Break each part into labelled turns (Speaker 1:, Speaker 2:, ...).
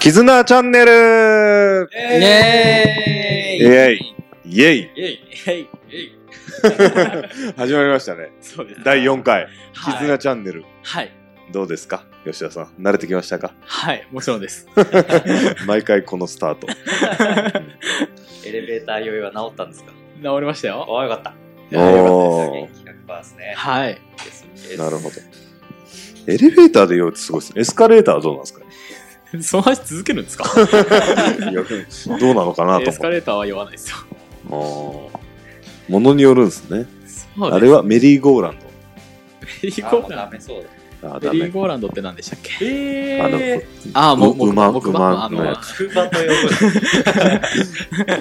Speaker 1: 絆チャンネル
Speaker 2: イ
Speaker 3: イ
Speaker 1: イ
Speaker 3: エーイ
Speaker 1: エイイェイ
Speaker 2: イェイイェイイェイ
Speaker 1: 始まりましたね。
Speaker 2: そうです。
Speaker 1: 第4回、
Speaker 2: はい
Speaker 1: 絆チャンネル。
Speaker 2: はい。
Speaker 1: どうですか吉田さん、慣れてきましたか
Speaker 2: はい。もちろんです。
Speaker 1: 毎回このスタート。
Speaker 4: エレベーター酔いは治ったんですか
Speaker 2: 治りましたよ。
Speaker 4: ああ、よかった。
Speaker 2: いやよかっ
Speaker 1: おー
Speaker 4: 元気100%ですね。
Speaker 2: はい。
Speaker 4: ですです
Speaker 1: なるほど。エレベーターで酔うってすごいですね。エスカレーターはどうなんですかね
Speaker 2: その話続けるんですか
Speaker 1: いやどうなのかなと
Speaker 2: エスカレーターは言わないですよ。
Speaker 1: 思って。あーものによるんですね。
Speaker 2: そう
Speaker 1: あれ
Speaker 2: は
Speaker 1: はメリーゴーラン
Speaker 2: メリー
Speaker 4: あ
Speaker 2: ゴ
Speaker 4: も
Speaker 2: ー
Speaker 4: うダ
Speaker 2: ラ
Speaker 4: メそうだ。
Speaker 1: ド。あ
Speaker 2: ン
Speaker 1: ー、
Speaker 2: ド。
Speaker 1: ダ
Speaker 2: メリ
Speaker 1: メ
Speaker 2: ー。ゴーランドって何でしたっけ
Speaker 4: え
Speaker 1: あの
Speaker 2: ああ、もう、
Speaker 1: う馬
Speaker 2: 僕
Speaker 1: 馬
Speaker 2: 馬あの
Speaker 1: のや
Speaker 4: ー、馬と呼ぶ。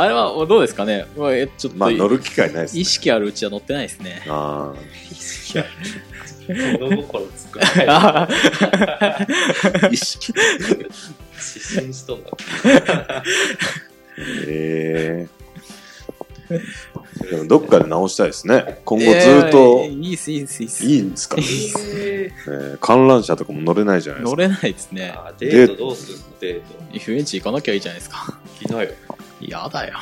Speaker 2: あれはどうですかねもうえちょっ
Speaker 1: まあ
Speaker 2: と
Speaker 1: 乗る機会ないですね
Speaker 2: 意。識あるうちは乗ってないで すね。
Speaker 1: あ
Speaker 4: 物心つく。指
Speaker 2: あ
Speaker 1: あ。意識
Speaker 4: 針しとんだ。
Speaker 1: ええでもどっかで直したいですね。 今後
Speaker 2: ー
Speaker 1: ずっと
Speaker 2: えーいいです、いいです、いいです。
Speaker 1: いいんですか、
Speaker 4: えー
Speaker 1: えー観覧車とかも乗れないじゃないで
Speaker 2: 乗
Speaker 1: すか。
Speaker 2: れないですね。
Speaker 4: あーデートどうすんのデート。
Speaker 2: 遊園地行かなきゃいいじゃないですか。
Speaker 4: 昨日よ。
Speaker 2: やだよ。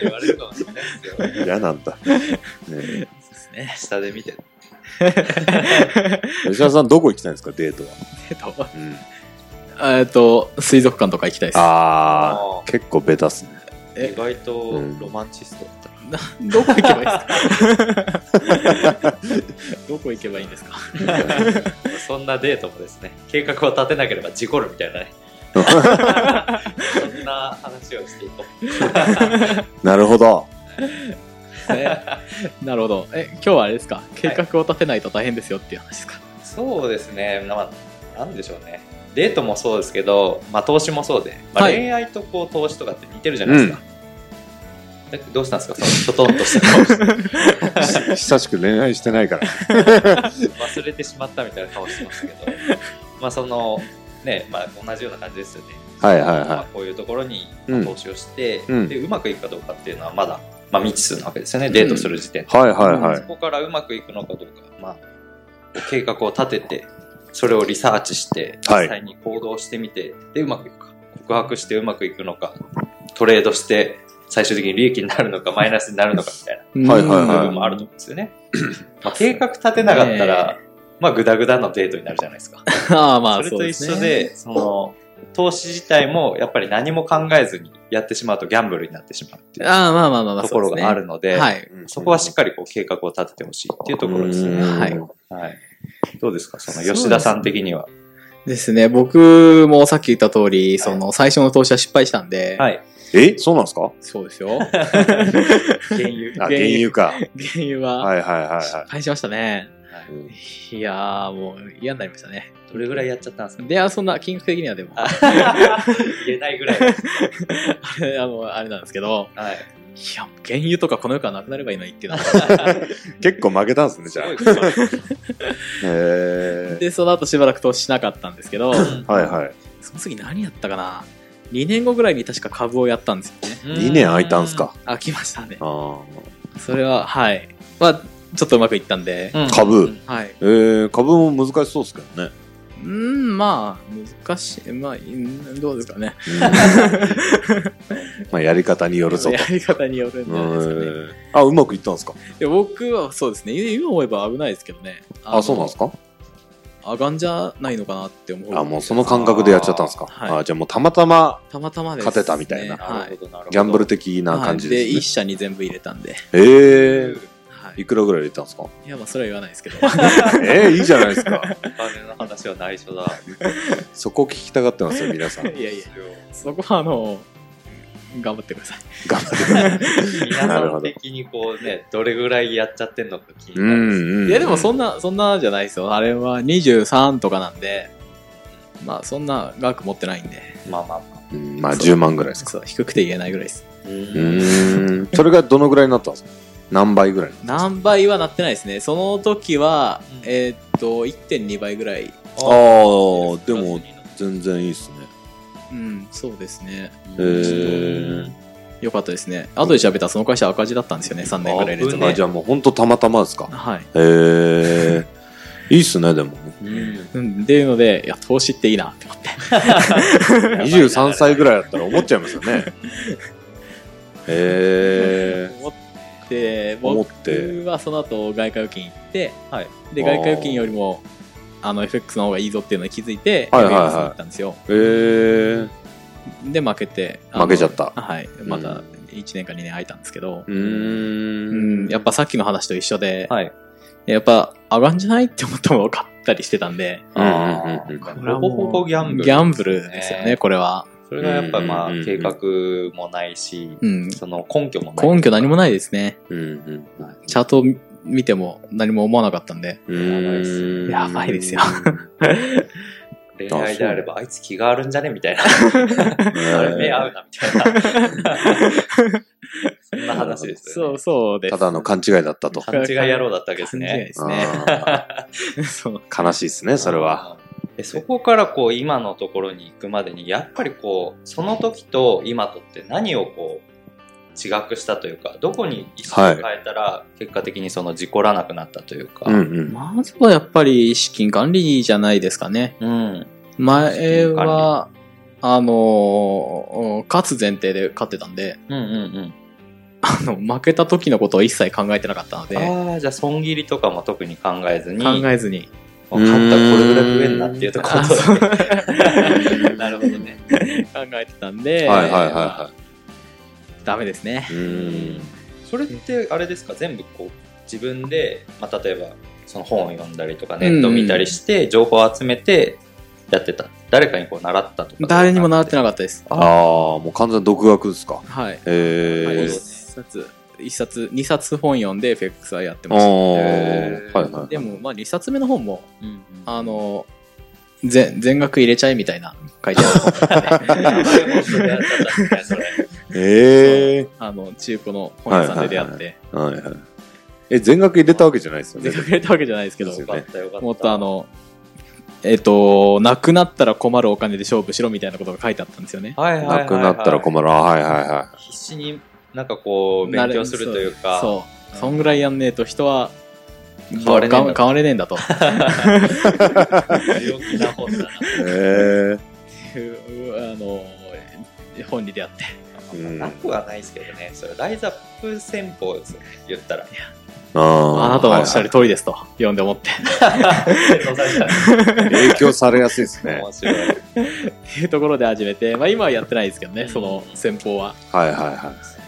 Speaker 4: 言われるかもしれないですよ。
Speaker 1: 嫌なんだ。ね
Speaker 2: そうです ね。
Speaker 4: 下で見て。
Speaker 1: 吉田さん、どこ行きたいんですか、デートは。
Speaker 2: えっと、
Speaker 1: うん、
Speaker 2: えっと、水族館とか行きたいです。
Speaker 1: あ
Speaker 4: あ
Speaker 1: ー、結構ベタっすね。
Speaker 2: え
Speaker 4: ー意外とロマンチストだった。
Speaker 2: などこ行けばいいですか どこ行けばいいんですか
Speaker 4: そんなデートもですね、計画を立てなければ事故るみたいなね。そんな話をしていこう。
Speaker 1: なるほど。
Speaker 2: ね なるほど。え、今日はあれですか計画を立てないと大変ですよっていう話ですか、
Speaker 4: そうですね、まあ、なんでしょうね。デートもそうですけど、まあ、投資もそうで、まあ、
Speaker 2: はい
Speaker 4: 恋愛とこう投資とかって似てるじゃないですか。だどうしたんですかその、ちょとんとした顔し て
Speaker 1: 久しく恋愛してないから。
Speaker 4: 忘れてしまったみたいな顔してましたけ ど、まあ、その、ね、まあ、同じような感じですよね。
Speaker 1: はいはい
Speaker 4: まあ
Speaker 1: は
Speaker 4: こういうところに
Speaker 1: うん
Speaker 4: 投資をして、
Speaker 1: うん
Speaker 4: でうまくいくかどうかっていうのはまだ、まあ、未知数なわけですよねデートする時点で、
Speaker 1: い。はいはいは
Speaker 4: そ
Speaker 1: い。
Speaker 4: こからうまくいくのかどうか、まあ、計画を立ててそれをリサーチして
Speaker 1: はい
Speaker 4: 実際に行動してみて、でうまくいくか告白してうまくいくのかトレードして最終的に利益になるのかマイナスになるのかみたい
Speaker 1: はいはい
Speaker 4: な
Speaker 1: は
Speaker 4: 部
Speaker 1: い
Speaker 4: 分もあると思うんですよね、まあ、計画立てなかったら、まあグダグダのデートになるじゃないですか
Speaker 2: ああ、まあ、
Speaker 4: それ
Speaker 2: そう
Speaker 4: と
Speaker 2: で
Speaker 4: 一
Speaker 2: すね。
Speaker 4: 緒で、その、投資自体もやっぱり何も考えずにやってしまうとギャンブルになってしまうっていう
Speaker 2: ああ、まあまあまあまあ、
Speaker 4: ところがあるので、
Speaker 2: はい。
Speaker 4: そこはしっかりこう計画を立ててほしいっていうところですね。
Speaker 1: うん
Speaker 2: はい
Speaker 4: はい。どうですかその吉田さん的には。
Speaker 2: ですね。僕もさっき言った通り、その、最初の投資は失敗したんで、
Speaker 4: はい。
Speaker 1: えそうなんですか
Speaker 2: そうですよ。
Speaker 4: 原油。
Speaker 1: あ、原油か。
Speaker 2: 原因は、
Speaker 1: はいはいはい
Speaker 2: 失
Speaker 1: は
Speaker 2: 敗しましたね。
Speaker 4: はい
Speaker 1: いうん。
Speaker 2: いやー、もう嫌になりましたね。
Speaker 4: どれぐらいやっちゃったんです か
Speaker 2: で、あそんな、金額的にはでも、
Speaker 4: あ言えないぐらい。
Speaker 2: あれ、あの、あれなんですけど、
Speaker 4: はい。
Speaker 2: いや、原油とかこの世からなくなればいいのにっていうのは
Speaker 1: 結構負けたんですね、じ
Speaker 4: す
Speaker 1: ゃあ
Speaker 4: ごい。ですね
Speaker 1: へえ。
Speaker 2: で、その後しばらく投資しなかったんですけ ど、
Speaker 1: はいはい。
Speaker 2: その次何やったかな ?2 年後ぐらいに確か株をやったんですよね。
Speaker 1: 2年空いたんすか。。
Speaker 2: あ、来ましたね
Speaker 1: あ。ー
Speaker 2: それは、はい。まあ、ちょっとうまくいったんで、
Speaker 4: うん
Speaker 1: 株
Speaker 4: うん
Speaker 2: はい。
Speaker 1: えー、株も難しそうですけどね。
Speaker 2: うん、まあ、難しい。まあ、うんどうですかね。
Speaker 1: まあやり方によるぞ
Speaker 2: や
Speaker 1: と。
Speaker 2: り方によるんじゃないですかね。
Speaker 1: うんあ、うまくいったんですか
Speaker 2: で僕はそうですね、今思えば危ないですけどね。
Speaker 1: あそうなんです
Speaker 2: か
Speaker 1: か
Speaker 2: あがんじゃないのかなって思う。
Speaker 1: あ、もうその感覚でやっちゃったんですか
Speaker 2: はい
Speaker 1: あ、じゃあもうたまたま
Speaker 2: たまたまです、
Speaker 1: 勝てたみたいな
Speaker 4: な
Speaker 2: は
Speaker 4: る
Speaker 2: い
Speaker 4: ほ。ど、なるほど。
Speaker 1: ギャンブル的な感じ
Speaker 2: はいで、
Speaker 1: で
Speaker 2: 一
Speaker 1: す
Speaker 2: 社に全部入れたんで。
Speaker 1: ね。えー
Speaker 2: はい。
Speaker 1: いくらぐらい入れたんですか
Speaker 2: いや、まあ、それは言わないですけど。
Speaker 1: えー、いいじゃないですか。
Speaker 4: お金の話は内緒だ。
Speaker 1: そこ聞きたがってますよ、皆さん。
Speaker 2: いやいや、そこはあの、頑張ってください。
Speaker 1: 頑 張って。
Speaker 4: 皆
Speaker 1: な
Speaker 4: さ
Speaker 1: るほど
Speaker 4: ん的にこうね、どれぐらいやっちゃってんのか気に
Speaker 1: う
Speaker 4: なるんですよ。
Speaker 1: んうん。
Speaker 2: いや、でもそんな、そんなじゃないですよ。あれは23とかなんで、まあ、そんな額持ってないんで、
Speaker 4: まあまあまあ。
Speaker 1: うん。まあ10万ぐらいですか。
Speaker 2: そう、低くて言えないぐらいです。
Speaker 4: う
Speaker 1: う。ーん。それがどのぐらいになったんですか何倍ぐらい
Speaker 2: 何倍はなってないですね。その時は、
Speaker 4: うん
Speaker 2: えーっと、1.2倍ぐらい。
Speaker 1: あー、でも全然いいですね。
Speaker 2: うん、そうですね。
Speaker 1: へー。
Speaker 2: よかったですね。後で調べたらその会社赤字だったんですよね、3年ぐらい連
Speaker 4: 危
Speaker 2: 続
Speaker 4: ね
Speaker 1: あ
Speaker 2: で。
Speaker 1: じゃあもう本当たまたまですか
Speaker 2: はい。
Speaker 1: へえいいっすねでもね
Speaker 4: うん。
Speaker 2: うん、っていうので、いや、投資っていいなって思って。
Speaker 1: 23歳ぐらいだったら思っちゃいますよね。へ
Speaker 2: 思って、
Speaker 1: 思
Speaker 2: 僕
Speaker 1: って
Speaker 2: はその後、外貨預金行って、
Speaker 4: はい
Speaker 2: で、外貨預金よりも、あの、FX の方がいいぞっていうのに気づいて、
Speaker 1: はいはいはい
Speaker 2: FX に行ったんですよ。
Speaker 1: え。へえ。
Speaker 2: で、負けて。あの
Speaker 1: 負けちゃった。
Speaker 2: はい。
Speaker 1: ん
Speaker 2: また、1年か2年空いたんですけど、
Speaker 1: う
Speaker 2: うん
Speaker 1: ん。
Speaker 2: やっぱさっきの話と一緒で、
Speaker 4: はい。
Speaker 2: やっぱ、上がんじゃないって思ったものを買ったりしてたんで、
Speaker 1: うんうんうん
Speaker 4: これはもうほぼほぼギャンブル。
Speaker 2: ギャンブルですよね、
Speaker 4: ね
Speaker 2: これは。
Speaker 4: それがやっぱまあ
Speaker 1: うんうんうん
Speaker 4: 計画もないし、
Speaker 2: うん。
Speaker 4: その根拠もない。
Speaker 2: 根拠何もないですね。
Speaker 1: うんうん
Speaker 2: チャートを見ても何も思わなかったんで。
Speaker 1: うん。
Speaker 2: やばいですよ
Speaker 4: 恋愛であれば、あいつ気があるんじゃねみたいな。あれ目合うな、みたいな。 そんな話です
Speaker 2: そ
Speaker 4: よ
Speaker 2: う
Speaker 4: ね。
Speaker 2: そうです。
Speaker 1: ただの勘違いだったと。
Speaker 4: 勘違い野郎だったわけです
Speaker 2: 勘違い
Speaker 4: ね
Speaker 2: で。すね。
Speaker 1: あ
Speaker 2: そう。
Speaker 1: ー悲しいですね、それは。
Speaker 4: うん。でそこからこう今のところに行くまでに、やっぱりこう、その時と今とって何をこう、違くしたというか、どこに意識を変えたら、結果的にその事故らなくなったというか。
Speaker 1: うんうん。
Speaker 2: まずはやっぱり資金管理じゃないですかね。
Speaker 4: うん。
Speaker 2: 前は、あのー、勝つ前提で勝ってたんで、
Speaker 4: うんうん
Speaker 2: あの、負けた時のことを一切考えてなかったの
Speaker 4: うん。
Speaker 2: で、
Speaker 4: ああ、じゃあ損切りとかも特に考えずに、
Speaker 2: 考えずに。
Speaker 4: もう勝ったらこれぐらい増えんなっていうとこ
Speaker 2: あそう
Speaker 4: ろ
Speaker 2: 考
Speaker 4: で。なるほどね。
Speaker 2: えてたんで、
Speaker 1: はいはいはいは
Speaker 2: ダメですね。
Speaker 1: い。うん。
Speaker 4: それってあれですか全部こう自分で、まあ、例えばその本を読んだりとかネットを見たりして情報を集めてやってた誰かにこう習ったとか
Speaker 2: 誰にも習ってな
Speaker 4: か
Speaker 2: かったです。
Speaker 1: ああ、もう完全に独学ですか。
Speaker 2: はい。
Speaker 1: へ
Speaker 2: 一
Speaker 1: え。
Speaker 2: 冊、一冊、二冊本読んで FX はやって
Speaker 1: ああ
Speaker 2: ました。
Speaker 4: え
Speaker 1: ー、
Speaker 4: ー
Speaker 1: はいはい。
Speaker 2: でも、まあ、二冊目の本も、
Speaker 4: った、うんうん
Speaker 2: あ の、全、全額入れちゃえみたいな書いて ある
Speaker 1: ええ。
Speaker 2: あの、中古の本屋さんで出会って、
Speaker 1: はいはい。え、全額入れたわけじゃないですよね
Speaker 2: 全。額入れたわけじゃないですけど
Speaker 1: そう、
Speaker 4: よかったよかった
Speaker 2: もっとあの、えっ、と、なくなったら困るお金で勝負しろみたいなことが書いてあったんですよね。
Speaker 4: はいはいはいはい
Speaker 1: なくなったら困る。あはいはいは。
Speaker 4: 必死になんかこう勉強するというか
Speaker 2: そう。
Speaker 4: うん
Speaker 2: そんぐらいやんねえと人は、
Speaker 4: 変われねえんだ
Speaker 2: 変われねえんだと。
Speaker 4: 強気な本だない
Speaker 1: へ
Speaker 2: うあの、本に出会って。
Speaker 1: え。うん。
Speaker 4: なくはないですけどねそれライズアップ戦法ですよ ね言ったら
Speaker 1: あ
Speaker 2: あなたのおっしゃ
Speaker 1: る。
Speaker 2: る通りですと、読んで思って。
Speaker 1: 影響されやすいですね。
Speaker 4: 面白い
Speaker 2: っていうところで始めて、まあ今はやってないですけど
Speaker 4: う
Speaker 2: ね、
Speaker 4: ん
Speaker 2: その戦法は。
Speaker 1: はいはいは
Speaker 4: ですね。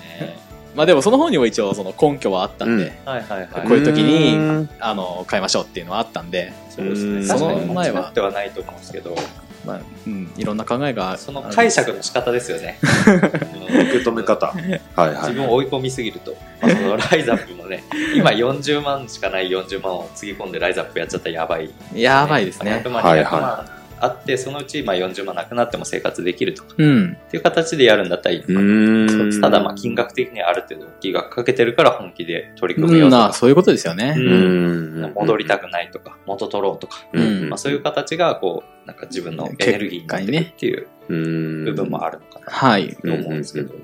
Speaker 2: まあでもその本にも一応その根拠はあったんで、
Speaker 1: うん。
Speaker 4: はいはいはい
Speaker 2: こういう時に
Speaker 1: うん、
Speaker 2: あの、買いましょうっていうのはあったんで、
Speaker 4: そうです
Speaker 1: う
Speaker 4: ね。
Speaker 1: ん
Speaker 4: 確かに
Speaker 1: その
Speaker 2: 前は
Speaker 4: 間違ってはないと思うんですけど、
Speaker 2: まあ、うん、いろんな考えが。
Speaker 4: その解釈の仕方ですよ ね。
Speaker 1: 受け止め方。はいは
Speaker 4: 自
Speaker 1: い。
Speaker 4: 分を追い込みすぎると、まあ、そのライズアップもね、今40万しかない40万をつぎ込んでライズアップやっちゃったらやばい、
Speaker 2: やばいですね
Speaker 4: 100。万、
Speaker 1: はい
Speaker 4: 200
Speaker 1: はい
Speaker 4: 万あって、そのうちまあ40万なくなっても生活できるとか
Speaker 2: うん。
Speaker 4: っていう形でやるんだったらいい。
Speaker 1: うん
Speaker 4: ただまあ金額的にはある程度大きい額かけてるから本気で取り組みよ
Speaker 2: う、
Speaker 4: うんと
Speaker 2: なあ
Speaker 4: か、
Speaker 2: そういうことですよね。
Speaker 1: うん。
Speaker 4: 戻りたくないとか、元取ろうとか、
Speaker 1: うん
Speaker 4: まあ、そういう形がこうなんか自分のエネルギーになっていくっていう
Speaker 1: うん。
Speaker 4: 部分もあるのかな
Speaker 2: はい。
Speaker 4: と思うんですけど、
Speaker 1: う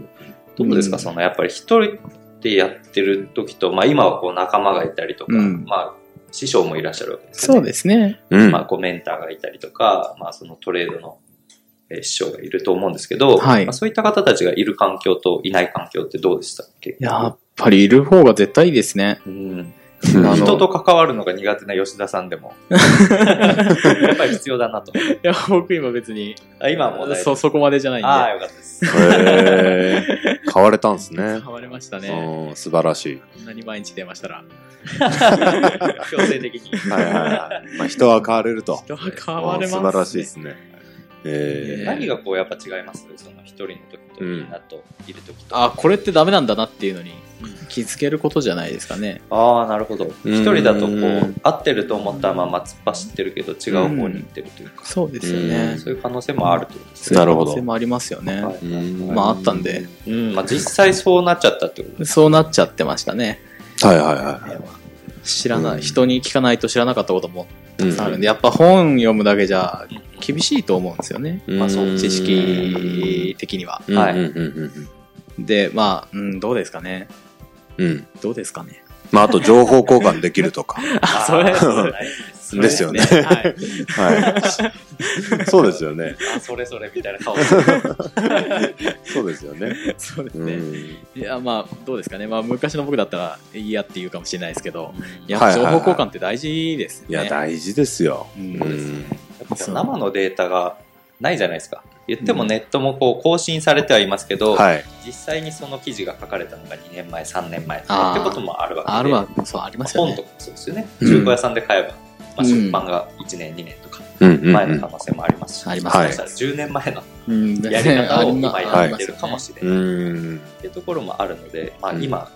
Speaker 4: どうですか
Speaker 2: うん
Speaker 4: そのやっぱり一人でやってる時と、まあ、今はこう仲間がいたりとか、
Speaker 2: うん
Speaker 4: まあ、師匠もいらっしゃるわけですよ
Speaker 2: そう
Speaker 4: ね。
Speaker 2: ですね。
Speaker 1: うん。
Speaker 4: まあ、こうメンターがいたりとか、まあ、そのトレードのえー師匠がいると思うんですけど、
Speaker 2: はい
Speaker 4: まあ、そういった方たちがいる環境といない環境ってどうでしたっけ
Speaker 2: やっぱりいる方が絶対いいですね。
Speaker 4: うん、
Speaker 1: うん
Speaker 2: あの
Speaker 4: 人と関わるのが苦手な吉田さんで も、やっぱり必要だな と。
Speaker 2: いや、僕今別に、
Speaker 4: あ今はもう大丈
Speaker 2: そ、
Speaker 4: 夫
Speaker 2: そこまでじゃないんで。
Speaker 4: ああ、よかったです。
Speaker 1: へえ。 買われたんですね。
Speaker 2: 変わりましたね。
Speaker 1: うん素晴らしい。
Speaker 2: こんなに毎日出ましたら。
Speaker 4: 強制的 に。
Speaker 1: はいはいはい。まあ人は変われると。
Speaker 2: 人は変われます、ね。
Speaker 1: 素晴らしいですね。え
Speaker 4: 何がこうやっぱ違いますその一人の時とみんなといる時と。
Speaker 2: あこれってダメなんだなっていうのに気づけることじゃないですかね。
Speaker 4: ああ、なるほど。一人だとこ
Speaker 1: うん
Speaker 4: う、合ってると思ったまま突っ走ってるけど違う方に行ってるというか、
Speaker 2: そうです
Speaker 1: よねうん
Speaker 4: そういう可能性もあるってことです
Speaker 1: う
Speaker 4: ね。
Speaker 1: んなるほど
Speaker 2: 可能性もありますよね。
Speaker 4: はい
Speaker 1: うん
Speaker 2: まああったんで。
Speaker 4: うん、まあ実際そうなっちゃったってことです。
Speaker 2: そうなっちゃってましたね。
Speaker 1: はいはいは
Speaker 2: 知らない、
Speaker 1: うん
Speaker 2: 人に聞かないと知らなかったことも
Speaker 1: い。うん
Speaker 2: あるんで、やっぱ本読むだけじゃ厳しいと思うんですよね。
Speaker 1: うん
Speaker 4: まあそう
Speaker 2: 知識的には。
Speaker 4: はい
Speaker 1: うんうんうん
Speaker 2: で、まあ、うん、どうですかね。
Speaker 1: うん。うん
Speaker 2: どうですかね。
Speaker 1: まあ、あと情報交換できると か。
Speaker 2: あ、そ れ、
Speaker 4: あー大事ですね
Speaker 1: ですよね
Speaker 2: はい。
Speaker 1: はい。そうですよね。
Speaker 4: あ それそれみたいな顔してる
Speaker 1: そうですよね。
Speaker 2: そうです
Speaker 1: う
Speaker 2: ね。
Speaker 1: ん。
Speaker 2: いや、まあ、どうですかね。まあ、昔の僕だったら嫌って言うかもしれないですけど、いや、
Speaker 1: はいはい
Speaker 2: 情
Speaker 1: はい
Speaker 2: 報交換って大事ですね。
Speaker 1: いや、大事ですよ。
Speaker 4: う
Speaker 1: うんん。
Speaker 4: やっぱ生のデータがないじゃないですか言ってもネットもこう更新されてはいますけど、
Speaker 1: はい。
Speaker 4: 実際にその記事が書かれたのが2年前3年前って
Speaker 2: あー
Speaker 4: こともあるわけで
Speaker 2: あるは、そう、ありますよ
Speaker 4: 本
Speaker 2: ね
Speaker 4: と。かもそうですよね、
Speaker 1: うん
Speaker 4: 中古屋さんで買えば、まあ、
Speaker 2: うん
Speaker 4: 出版が1年2年とか
Speaker 1: うんうん
Speaker 4: 前
Speaker 1: う
Speaker 4: の
Speaker 1: ん。
Speaker 4: 可能性もありますし、
Speaker 2: あります
Speaker 1: ね
Speaker 4: もしかしたら10年前の
Speaker 2: うん
Speaker 4: やり方を
Speaker 2: ね
Speaker 4: 今
Speaker 2: あ
Speaker 4: や
Speaker 2: り
Speaker 4: っ
Speaker 2: ま
Speaker 4: て
Speaker 2: す
Speaker 4: る
Speaker 2: よね
Speaker 4: かもしれな
Speaker 1: う
Speaker 4: い、
Speaker 1: ん。
Speaker 4: っていうところもあるので、まあ、
Speaker 1: うん
Speaker 4: 今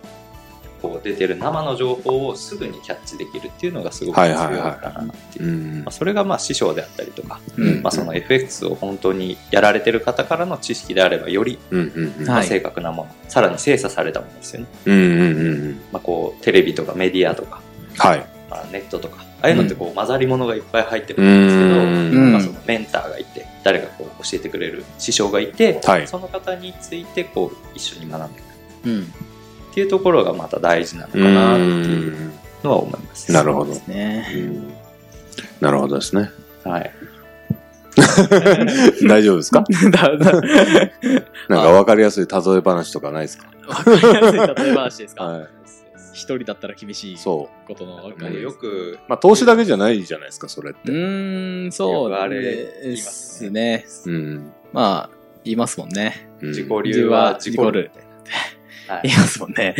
Speaker 4: こう出てる生の情報をすぐにキャッチできるっていうのがすごく
Speaker 1: は
Speaker 4: 重
Speaker 1: い
Speaker 4: 要
Speaker 1: はいはい
Speaker 4: だからなっていうう。
Speaker 1: ん
Speaker 4: まあ、それがまあ師匠であったりとか、
Speaker 2: うん
Speaker 4: まあ、その FX を本当にやられてる方からの知識であればより
Speaker 1: うんうんうん。
Speaker 4: まあ
Speaker 2: はい
Speaker 4: 正確なもの、さらに精査されたものですよね、
Speaker 1: うんうんうんうん。
Speaker 4: まあ、こうテレビとかメディアとか、
Speaker 1: はい。
Speaker 4: まあ、ネットとかああいうのってこう混ざり物がいっぱい入ってくるんですけど、
Speaker 1: うん。
Speaker 4: まあ、そのメンターがいて誰がこう教えてくれる師匠がいて、
Speaker 1: はい
Speaker 4: その方についてこう一緒に学んでいく
Speaker 2: うん。
Speaker 4: っていうところがまた大事なのか
Speaker 1: う。
Speaker 4: なっていうんのは思います。
Speaker 1: なるほ
Speaker 2: そうで
Speaker 1: ど。
Speaker 2: すね。
Speaker 1: うんなるほどですね。
Speaker 4: はい、
Speaker 1: 大丈夫ですか
Speaker 2: だ
Speaker 1: な
Speaker 2: だ
Speaker 1: んか分かりやすい例え話とかないですか
Speaker 2: わかりやすい例え話ですか。
Speaker 1: は
Speaker 2: 一人だったら厳し
Speaker 1: い。
Speaker 2: い
Speaker 1: そう。
Speaker 2: ことのわか
Speaker 4: なん
Speaker 2: り
Speaker 4: か
Speaker 2: や
Speaker 4: よ
Speaker 2: すい。
Speaker 4: く
Speaker 1: まあ、投資だけじゃないじゃないですか、それっ
Speaker 2: う
Speaker 1: て。
Speaker 2: ーん、そう
Speaker 4: よくあれ言
Speaker 2: で
Speaker 4: いますす
Speaker 2: ね。
Speaker 1: うん。
Speaker 2: まあ、言いますもんね。
Speaker 1: うん
Speaker 4: 自己流は自己
Speaker 2: 自己流
Speaker 4: 流。は
Speaker 2: 言
Speaker 4: い
Speaker 2: いますもん ね。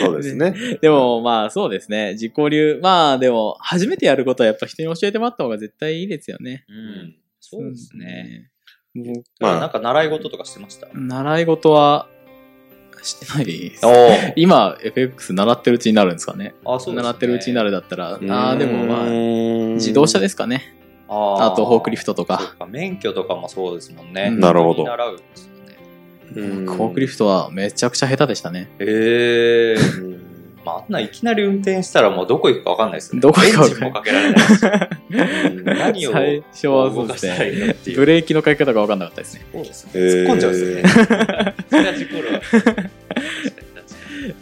Speaker 1: そうですね。
Speaker 2: でもまあそうですね。自己流。まあでも、初めてやることはやっぱ人に教えてもらった方が絶対いいですよね。
Speaker 4: うん、そうですね。
Speaker 2: うん。も
Speaker 1: まあ
Speaker 4: なんか習い事とかしてました。
Speaker 2: う習い事は、してないです。
Speaker 4: お
Speaker 2: 今、FX 習ってるうちになるんですかね。
Speaker 4: あ、そうですね
Speaker 2: 習ってるうちになるだったら、ああ、でも
Speaker 1: う
Speaker 2: まあ、
Speaker 1: ーん
Speaker 2: 自動車ですかね。
Speaker 4: あ
Speaker 2: あと、フォークリフトと
Speaker 4: と
Speaker 2: か。
Speaker 4: 免許とかもそうですもんね。
Speaker 2: うん
Speaker 1: なるほど
Speaker 4: 習うんですよね。
Speaker 1: う
Speaker 2: フ
Speaker 1: ん
Speaker 2: ォークリフトはめちゃくちゃ下手でしたね。
Speaker 4: ええまあ、あんないきなり運転したらもうどこ行くか分かんないですね。
Speaker 2: どこ行くか分
Speaker 4: エン
Speaker 2: かん
Speaker 4: ジ
Speaker 2: な
Speaker 4: ン
Speaker 2: い
Speaker 4: もかけられないし。何を
Speaker 2: 最初はそう
Speaker 4: 動
Speaker 2: で
Speaker 4: か
Speaker 2: す
Speaker 4: したら
Speaker 2: ね。
Speaker 4: いいのっ ていう。
Speaker 2: ブレーキのかけ方が分かんなかったですね。
Speaker 4: そうですね
Speaker 1: えー
Speaker 4: 突っ込んじゃう んですよね。それは事故るわ。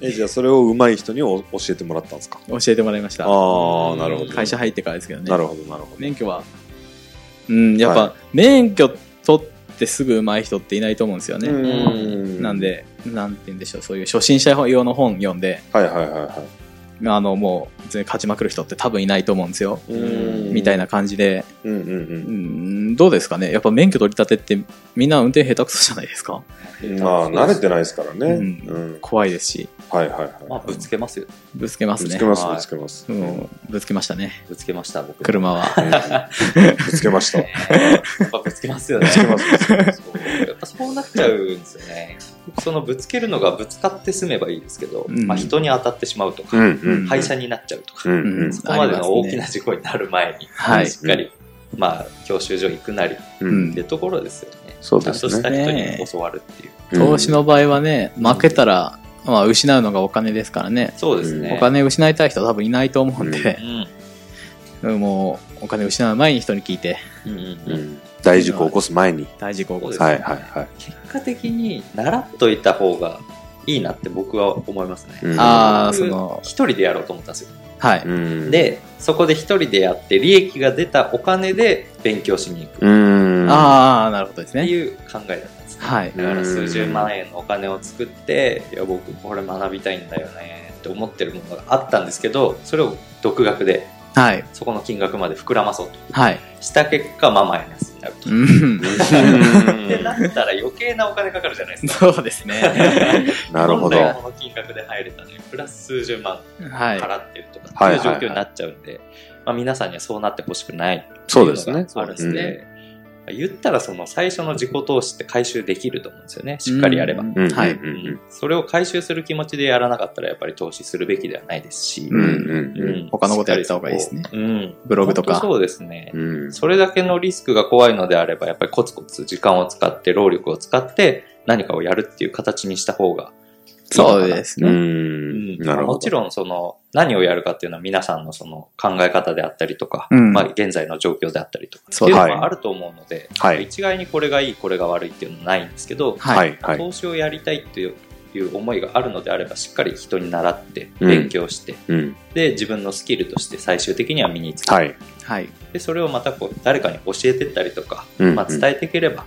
Speaker 1: え、じゃあそれを上手い人にお教えてもらったんですか
Speaker 2: 教えてもらいました。
Speaker 1: ああ、なるほど。
Speaker 2: 会社入ってからですけどね。
Speaker 1: なるほど、なるほど。
Speaker 2: 免許は、うん、やっぱ、免許取ってすぐ上手い人っていないと思うんですよね。
Speaker 1: うん
Speaker 2: なん。で、なんて言うんでしょう、そういう初心者用の本読んで、
Speaker 1: はいはいはいは
Speaker 2: あの、もう、全然勝ちまくる人って多分いないと思うんですよ。
Speaker 1: い。うん
Speaker 2: みたい。な感じで、
Speaker 1: うんうん
Speaker 2: うん、どうですかねやっぱ免許取り立てってみんな運転下手くそじゃないですか
Speaker 1: うん。まあ、慣れてないですからね。
Speaker 2: う
Speaker 1: うんん。
Speaker 2: 怖いですし、
Speaker 1: はいはいはい。
Speaker 4: まあ、ぶつけますよ。
Speaker 2: ぶつけます
Speaker 1: ぶ
Speaker 2: ね。
Speaker 1: つけます、
Speaker 4: はい
Speaker 1: ぶつけます。
Speaker 2: う
Speaker 1: うん
Speaker 2: ん、ぶつけましたね、
Speaker 4: ぶつけました、僕。
Speaker 2: 車は。
Speaker 1: ぶつけました。
Speaker 4: やっぱぶつけますよね。
Speaker 1: ぶつけますぶつけます。
Speaker 4: やっぱそうなっちゃうんですよね。そのぶつけるのがぶつかって済めばいいですけど、
Speaker 2: うん
Speaker 4: まあ、人に当たってしまうとか、
Speaker 1: うんうん。
Speaker 4: 廃車になっちゃうとか、
Speaker 1: うん
Speaker 2: うん
Speaker 4: そこまで
Speaker 2: あります
Speaker 4: の
Speaker 2: ね
Speaker 4: 大きな事故になる前に、
Speaker 2: はい
Speaker 4: しっかり、まあ、教習所行くなりっ
Speaker 1: うんん。
Speaker 4: てところですよね。
Speaker 1: そう
Speaker 4: ちゃ
Speaker 1: で
Speaker 4: んと
Speaker 1: す
Speaker 4: した
Speaker 1: ね。
Speaker 4: 人に教わるっていう。
Speaker 2: 投資
Speaker 1: うん
Speaker 2: の場合はね、負けたら、まあ、失うのがお金ですからね。
Speaker 4: そうです
Speaker 1: うん
Speaker 4: ね。
Speaker 2: お金を失いたい人は多分いないと思うんで
Speaker 4: う、ん。
Speaker 2: もう、お金を失う前に人に聞いて、
Speaker 4: うんうん
Speaker 1: う
Speaker 4: うん
Speaker 1: ん大事故を起こす前に。
Speaker 2: 大事故を起こす。
Speaker 4: そう
Speaker 1: は
Speaker 4: で
Speaker 1: いはいはい。
Speaker 4: 結果的に習っといた方がいいなって僕は思いますね。
Speaker 1: うん
Speaker 2: ああ、
Speaker 4: 僕
Speaker 2: その、
Speaker 4: 一人でやろうと思ったんですよ。
Speaker 2: はい。
Speaker 1: うん、
Speaker 4: で、そこで一人でやって、利益が出たお金で勉強しに行く
Speaker 1: う
Speaker 4: っ
Speaker 1: ん。
Speaker 2: ああ、なるほどです
Speaker 4: て
Speaker 2: ね。
Speaker 4: いう考えだったんですね。
Speaker 2: はい。
Speaker 4: だから数十万円のお金を作って、いや、僕これ学びたいんだよねって思ってるものがあったんですけど、それを独学で、
Speaker 2: はい。
Speaker 4: そこの金額まで膨らまそうと。
Speaker 2: はい。
Speaker 4: した結果、まあマイナスになると。
Speaker 2: うん。
Speaker 1: うん
Speaker 4: で、なったら余計なお金かかるじゃないですか。
Speaker 2: そうですね。
Speaker 1: なるほど。
Speaker 4: 本来
Speaker 1: は
Speaker 4: はこの金額で入れたのに、プラス数十万
Speaker 2: は
Speaker 4: 払ってるとかっ
Speaker 1: はいはい
Speaker 4: ていう状
Speaker 1: はい
Speaker 4: 況になっちゃうんで、まあ、皆さんにはそうなってほしくないってい
Speaker 1: そうですね
Speaker 4: うのがあるんで
Speaker 1: そう
Speaker 4: で
Speaker 1: で
Speaker 4: 言ったらその最初の自己投資って回収できると思うんですよね
Speaker 2: い。
Speaker 4: しっかりやれば、
Speaker 2: うん
Speaker 1: うん
Speaker 2: はい。
Speaker 1: うんうん
Speaker 4: それを回収する気持ちでやらなかったらやっぱり投資するべきではないですし、
Speaker 1: うんうん
Speaker 4: うん
Speaker 2: 他のことやった方がいいですね
Speaker 4: しっかりそこをうん、
Speaker 2: ブログとか
Speaker 4: 本当そうですね、
Speaker 1: うんうん。
Speaker 4: それだけのリスクが怖いのであればやっぱりコツコツ時間を使って労力を使って何かをやるっていう形にした方がいいのかな
Speaker 2: そうです
Speaker 1: う
Speaker 2: ね。
Speaker 1: ん。なるほど。
Speaker 4: もちろんその何をやるかっていうのは皆さんのその考え方であったりとか、
Speaker 2: うん
Speaker 4: まあ、現在の状況であったりとかって
Speaker 2: そ
Speaker 4: いうう
Speaker 2: です
Speaker 4: の
Speaker 1: はい
Speaker 4: があると思うので、
Speaker 1: はい
Speaker 4: 一概にこれがいいこれが悪いっていうのはないんですけど、
Speaker 1: は
Speaker 2: はい。
Speaker 1: いはい。
Speaker 4: 投資をやりたいっていういう思いがあるのであればしっかり人に習って
Speaker 1: うん
Speaker 4: 勉強して、
Speaker 1: うん。
Speaker 4: で自分のスキルとして最終的には身につけて、
Speaker 1: はい。
Speaker 2: はい。
Speaker 4: でそれをまたこう誰かに教えてったりとか、
Speaker 1: うん
Speaker 4: まあ、伝えていければ、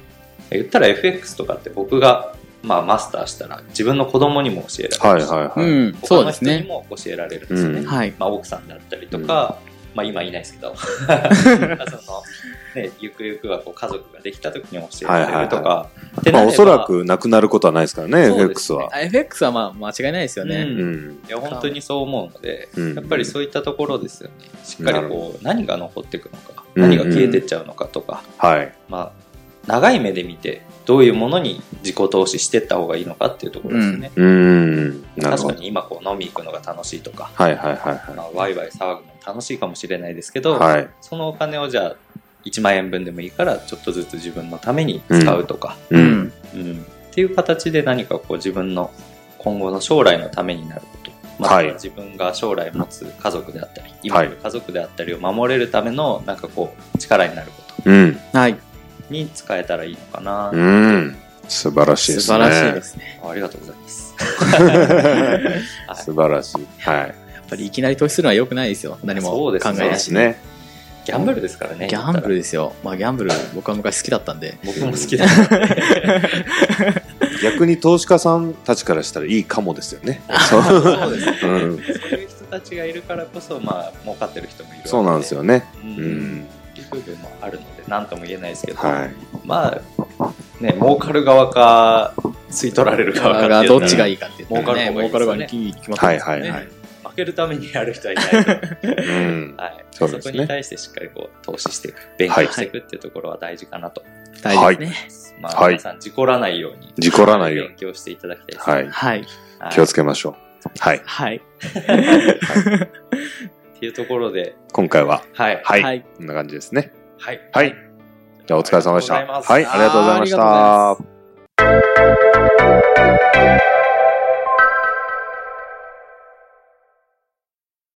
Speaker 4: 言ったら FX とかって僕が、まあ、マスターしたら自分の子供にも教えら
Speaker 1: は
Speaker 4: れ
Speaker 1: い
Speaker 4: るし、
Speaker 1: はいは
Speaker 2: う
Speaker 1: い。
Speaker 2: ん、そ
Speaker 4: 他
Speaker 2: う
Speaker 4: の
Speaker 2: で
Speaker 4: 人
Speaker 2: す
Speaker 4: に
Speaker 2: ね。
Speaker 4: も教えられるんですよね、
Speaker 1: うん
Speaker 2: はい。
Speaker 4: まあ、奥さんだったりとか、まあ、今いないですけ どその、ね、ゆくゆくはこう家族ができた時に教えられるとか、ってな
Speaker 1: まあお
Speaker 4: れば
Speaker 1: そらくなくなることはないですからね、
Speaker 4: そうです
Speaker 1: FX
Speaker 4: ね
Speaker 1: は。
Speaker 2: あ FX はまあ間違いないですよ
Speaker 4: う
Speaker 2: ね。
Speaker 1: うん。
Speaker 4: いや本当にそう思うので、
Speaker 1: うん
Speaker 4: やっぱりそういったところですよねしっかり
Speaker 1: なる
Speaker 4: こう何が残っていくのか
Speaker 1: うん
Speaker 4: 何が消えてっちゃうのかとか、
Speaker 1: はい。
Speaker 4: まあ、長い目で見てどういうものに自己投資していった方がいいのかっていうところですね、
Speaker 1: うん。なる
Speaker 4: 確
Speaker 1: ほ
Speaker 4: か
Speaker 1: ど。
Speaker 4: に今こう飲み行くのが楽しいとか、
Speaker 1: はいはいは
Speaker 4: まあ、ワイワイ騒ぐのも楽しいかもしれないですけ
Speaker 1: い
Speaker 4: ど、
Speaker 1: はい。はい。
Speaker 4: そのお金をじゃあ1万円分でもいいからちょっとずつ自分のために使うとか、
Speaker 1: う。
Speaker 2: うんん。
Speaker 4: うんっていう形で何かこう自分の今後の将来のためになること、また
Speaker 1: はい
Speaker 4: は自分が将来持つ家族であったり今いる家族であったりを守れるためのなんかこう力になること
Speaker 1: うん。
Speaker 2: はい。
Speaker 4: に使えたらいいのかな、
Speaker 1: うん。素晴らしいで
Speaker 2: 素
Speaker 1: すね。
Speaker 2: 晴 らしいですね。
Speaker 4: ありがとうございます。はい
Speaker 1: 素晴らしい。はい。
Speaker 2: やっぱりいきなり投資するのは良くないですよ。何も
Speaker 4: そう
Speaker 2: 考
Speaker 4: です
Speaker 1: そう
Speaker 2: え
Speaker 4: ね
Speaker 2: な
Speaker 1: で
Speaker 2: し
Speaker 1: す
Speaker 2: に。
Speaker 1: ね。
Speaker 4: ギャンブルですからね。
Speaker 2: ギャンブルですよ。まあギャンブル、僕は昔好きだったんで。
Speaker 4: 言ったら僕も好きだからね、
Speaker 1: 逆に投資家さんたちからしたらいいかもですよ ね。
Speaker 4: そうですね。
Speaker 1: うん。
Speaker 4: そういう人たちがいるからこそ、まあ、儲かってる人もいるわけ
Speaker 1: そうなんです。よね。
Speaker 4: う。
Speaker 1: うんん。
Speaker 4: っていう部分もあるので、なんとも言えないですけど、
Speaker 1: はい。
Speaker 4: まあ、ね、儲かる側か、吸い取られる側か
Speaker 2: が
Speaker 4: っていうのは
Speaker 2: どっちがいいかって言ったらね、
Speaker 4: 儲
Speaker 2: 儲
Speaker 4: か
Speaker 2: か
Speaker 4: る
Speaker 2: る
Speaker 4: 方が
Speaker 2: 側
Speaker 4: いい
Speaker 2: に
Speaker 4: です
Speaker 2: 決まって
Speaker 1: はい
Speaker 2: ます
Speaker 1: はいは
Speaker 2: ね
Speaker 1: い。
Speaker 4: 負けるためにやる人は いないの
Speaker 1: う
Speaker 4: で、
Speaker 1: ん。
Speaker 4: はい
Speaker 1: そ
Speaker 4: そう
Speaker 1: ですね
Speaker 4: こに対してしっかりこう投資していく、勉強していくっていうところは大事かなと思
Speaker 2: 大
Speaker 4: い
Speaker 2: 事ですね。
Speaker 4: ます。まあ、
Speaker 1: はい
Speaker 4: 皆さん、事故らないように、
Speaker 1: 事故らないように
Speaker 4: 勉強していただきたいですね。
Speaker 1: はい。
Speaker 2: はい。
Speaker 4: はい
Speaker 1: 気をつけましょう。はい。
Speaker 2: はい。
Speaker 4: っていうところで、
Speaker 1: 今回は、
Speaker 4: はい。
Speaker 1: はい。
Speaker 2: はい
Speaker 1: こんな感じですね。
Speaker 4: はい。
Speaker 1: はい。じゃあお疲れ様でした。
Speaker 4: ありがとうございます
Speaker 1: はい。ありがとうございまし
Speaker 2: あーありがとうござい
Speaker 1: た
Speaker 2: ます。